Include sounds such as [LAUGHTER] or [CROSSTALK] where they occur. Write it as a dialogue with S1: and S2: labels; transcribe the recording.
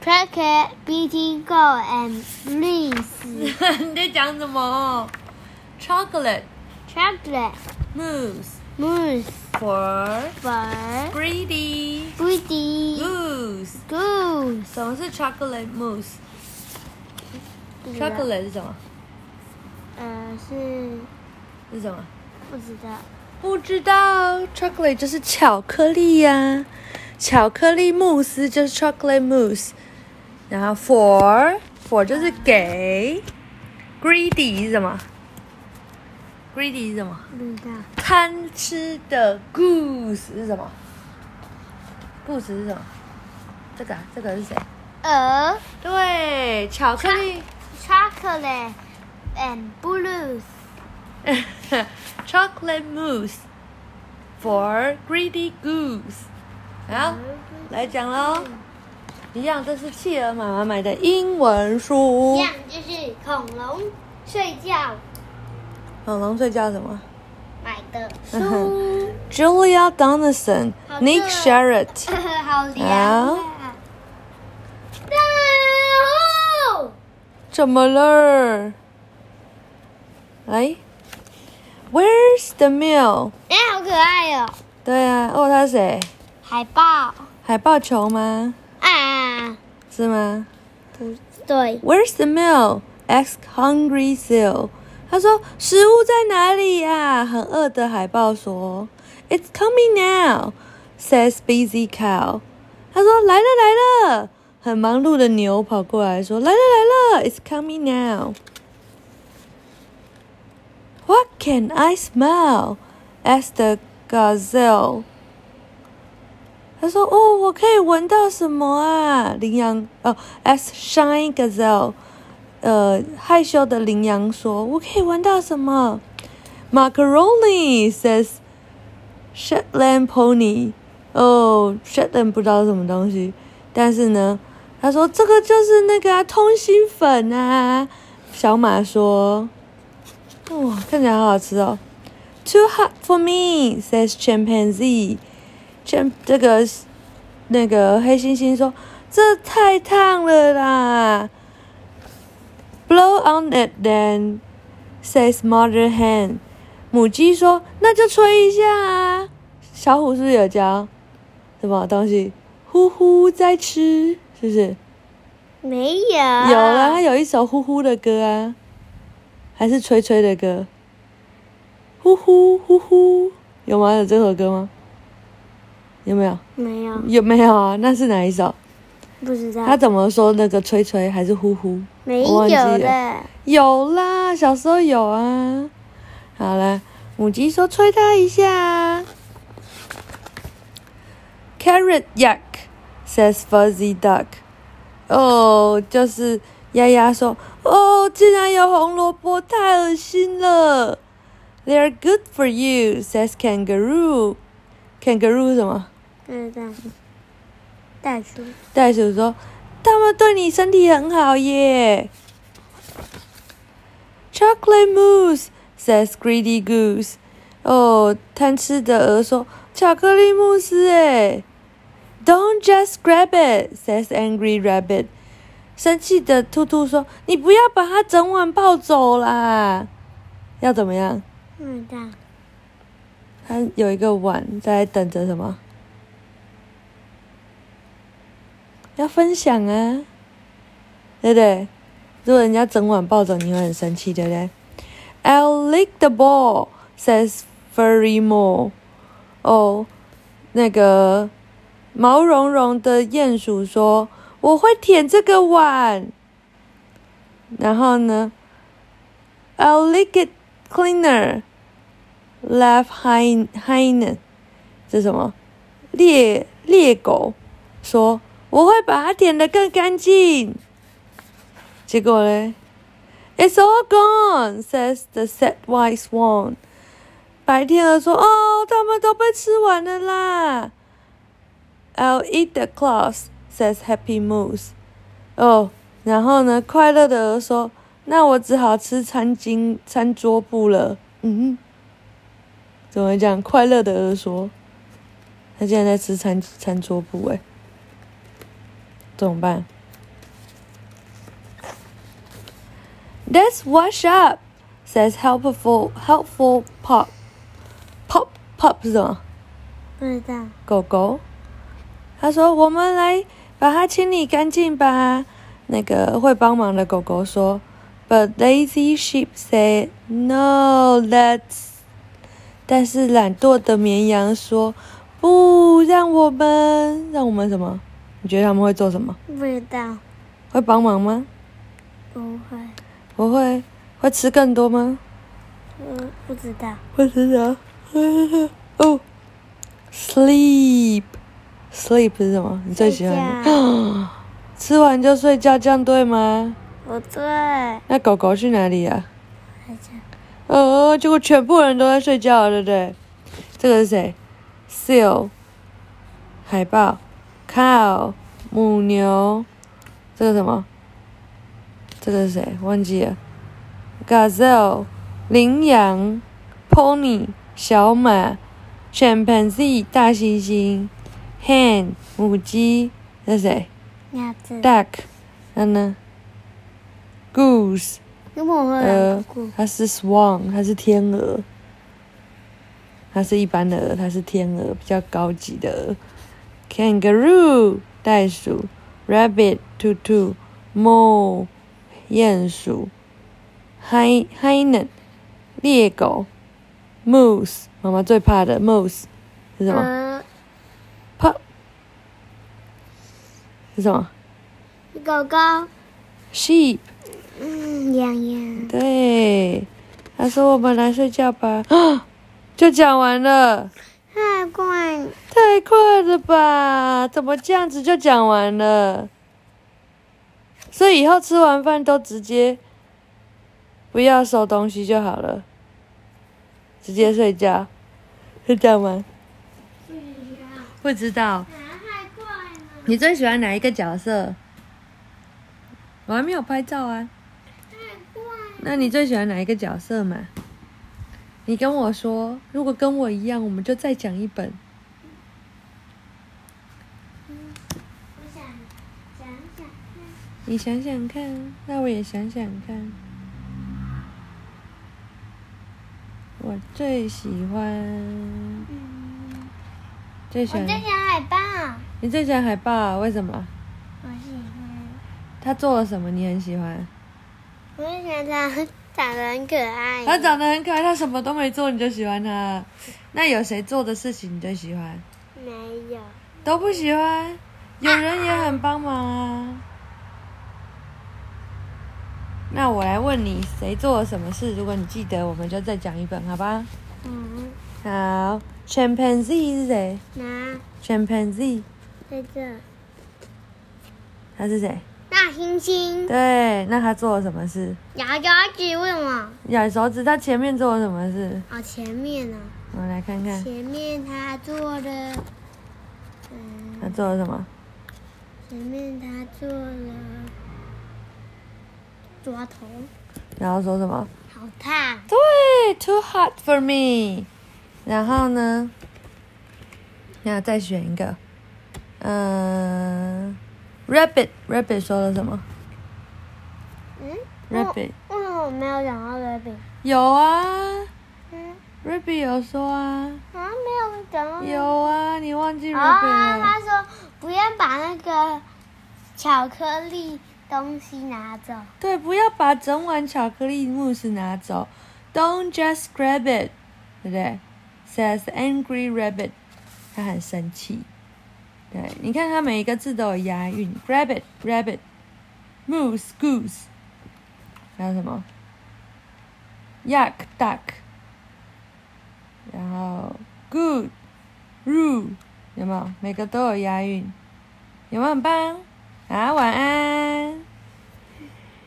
S1: Cricket, Betty Go, and Bliss.
S2: [LAUGHS] 你在讲什么？Chocolate
S1: Chocolate,
S2: mousse
S1: Moose,
S2: for
S1: Bird,
S2: greedy
S1: Booty,
S2: goose。
S1: Goose,
S2: 什么是 chocolate mousse？chocolate 是什么？
S1: 呃，是
S2: 是什么？
S1: 不知道。
S2: 不知道，chocolate 就是巧克力呀、巧克力慕斯就是 chocolate mousse，然后 for for 就是给，greedy 是什么？greedy 是什么？
S1: 不知道，
S2: 贪吃的 goose 是什么？goose 是什么？这个、啊、这个是谁？
S1: 鹅
S2: 对，巧克力
S1: chocolate and blues
S2: [LAUGHS] chocolate mousse for greedy goose，好。来讲喽。一样，这是企鹅妈妈买的英文
S1: 这
S2: 书。
S1: 样就是恐龙睡觉
S2: 恐龙睡觉什么
S1: 买的书，
S2: ？Julia Donaldson、
S1: 好的
S2: Nick Sherritt。
S1: [LAUGHS] 好凉啊！然后
S2: 怎么了？来，Where's the meal？
S1: 哎，好可爱哦，
S2: 对啊，哦，他是谁？
S1: 海豹
S2: 海豹球吗？
S1: 啊，
S2: 是吗
S1: 不对，
S2: ？Where's the meal? asked hungry seal。他说：“食物在哪里呀、很饿的海豹说：“It's coming now,” says busy cow。他说：“来了，来了。”很忙碌的牛跑过来说：“来了，来了，It's coming now。” What can I smell? asked the gazelle。他说：“哦，我可以闻到什么啊？”羚羊哦，as shy gazelle，呃，害羞的羚羊说：“我可以闻到什么？”Macaroni says Shetland pony，哦，Shetland 不知道是什么东西，但是呢，他说这个就是那个啊、通心粉啊。小马说：“哇，看起来好好吃哦。”Too hot for me says chimpanzee。像这个那个黑猩猩说：“这太烫了啦。”Blow on it then, says mother hen。母鸡说：“那就吹一下啊。”小虎是不是有教什么东西？呼呼在吃，是不是？
S1: 没有，有
S2: 有啊，它，有一首呼呼的歌啊，还是吹吹的歌？呼呼呼呼，有吗？有这首歌吗？有没有？
S1: 没有，
S2: 有没有啊？那是哪一首？
S1: 不知道
S2: 他，怎么说那个吹吹还是呼呼？
S1: 没
S2: 我忘记
S1: 有
S2: 了
S1: 的，
S2: 有啦，小时候有啊。好啦，母鸡说吹它一下。Carrot yak says fuzzy duck。哦，就是丫丫说，哦，竟然有红萝卜，太恶心了。They're good for you, says kangaroo。kangaroo 是什么？
S1: 不知道，袋鼠，
S2: 袋鼠说：“它们对你身体很好耶。” Chocolate mousse says greedy goose。哦，贪吃的鹅说：“巧克力慕斯哎。” Don't just grab it says angry rabbit。生气的兔兔说：“你不要把它整碗抱走啦！”要怎么样？
S1: 不知道，
S2: 它有一个碗在等着什么？要分享啊，对不对？如果人家整晚抱着你，会很生气，对不对？I'll lick the ball says furry mole。哦，那个毛茸茸的鼹鼠说：“我会舔这个碗。”然后呢？I'll lick it cleaner。Laugh Hyn Hyena，这是什么？猎猎狗说我会把它舔得更干净。结果嘞，It's all gone, says the sad white swan。白天鹅说哦，它们都被吃完了啦。I'll eat the claws, says happy moose。哦，然后呢，快乐的鹅说，那我只好吃餐巾餐桌布了。嗯。怎么讲？快乐的鹅说，欸他现在在吃餐餐桌布哎，怎么办？ Let's wash up, says helpful helpful pup. Pup pup 是什么？
S1: 不知道，
S2: 狗狗。他说：“我们来把它清理干净吧。”那个会帮忙的狗狗说：“But lazy sheep said no, let's。”但是懒惰的绵羊说：“不，让我们，让我们什么？你觉得他们会做什么？
S1: 不知道，
S2: 会帮忙吗？
S1: 不会，
S2: 不会，会吃更多吗？
S1: 嗯，不知道，
S2: 会吃啊啥？ [LAUGHS] 哦，sleep，sleep 是什么？你最喜欢的？吃完就睡觉，这样对吗？
S1: 不对，
S2: 那狗狗去哪里呀、
S1: 还是
S2: 呃，结果全部人都在睡觉了，对不对？这个是谁？seal，海豹，cow，母牛，这个什么？这个是谁？忘记了。gazelle，羚羊，pony，小马，chimpanzee，大猩猩，hen，母鸡，这是谁
S1: 鸭子。
S2: ？duck，那呢？goose，
S1: 如果我会
S2: 呃
S1: 来姑，
S2: 它是 swan，它是天鹅，它是一般的鹅，它是天鹅，比较高级的鹅。Kangaroo 袋鼠，rabbit 兔兔，mole 鼹鼠，hy hyena 猎狗，moose 妈妈最怕的 moose 是什么？
S1: 呃，
S2: p 是什么
S1: 呃狗狗，
S2: ？sheep
S1: 嗯，洋洋，
S2: 对，他说我们来睡觉吧， [GASPS] 啊，就讲完了，
S1: 太怪了，
S2: 太快了吧？怎么这样子就讲完了？所以以后吃完饭都直接不要收东西就好了，直接睡觉，是这样吗？不知道，
S1: 太怪了，
S2: 你最喜欢哪一个角色？我还没有拍照啊。
S1: 太怪了，
S2: 那你最喜欢哪一个角色嘛？你跟我说，如果跟我一样，我们就再讲一本。
S1: 我想想想看，
S2: 你想想看，那我也想想看。我最喜欢，
S1: 嗯，
S2: 最
S1: 我
S2: 喜欢
S1: 在想海报，
S2: 你最喜欢海豹啊、为什么？
S1: 我喜欢。
S2: 他做了什么你很喜欢？
S1: 我就觉得长得很可爱。
S2: 他长得很可爱，他什么都没做你就喜欢他。那有谁做的事情你最喜欢？
S1: 没有，
S2: 都不喜欢，有人也很帮忙啊。那我来问你，谁做了什么事？如果你记得，我们就再讲一本，好吧？
S1: 嗯，
S2: 好，chimpanzee 是谁
S1: 那
S2: ？chimpanzee
S1: 在这
S2: 他是谁？
S1: 大猩猩
S2: 对，那他做了什么事？
S1: 摇脚趾，为什么？
S2: 咬手指，他前面做了什么事？
S1: 哦，前面呢、
S2: 我们来看看，
S1: 前面他做了，嗯，
S2: 他做了什么？
S1: 前面他做了抓头，
S2: 然后说什么？
S1: 好烫，
S2: 对，too hot for me。然后呢？那再选一个，嗯、r a b b i t r a b b i t 说了什么
S1: 嗯，
S2: ？Rabbit
S1: 为什么我没有讲到 rabbit？
S2: 有啊
S1: 嗯，
S2: ，Rabbit 有说啊，
S1: 好像没有讲到
S2: 有啊，你忘记 Rabbit
S1: 哦，
S2: 了？
S1: 他说不要把那个巧克力东西拿走。
S2: 对，不要把整碗巧克力慕斯拿走，Don't just grab it，对不对？Says angry rabbit，他很生气。对，你看他每一个字都有押韵，grab it rabbit。moose goose，还有什么？yak duck，然后 good roo，有没有？每个都有押韵，有没有很棒？啊，晚安。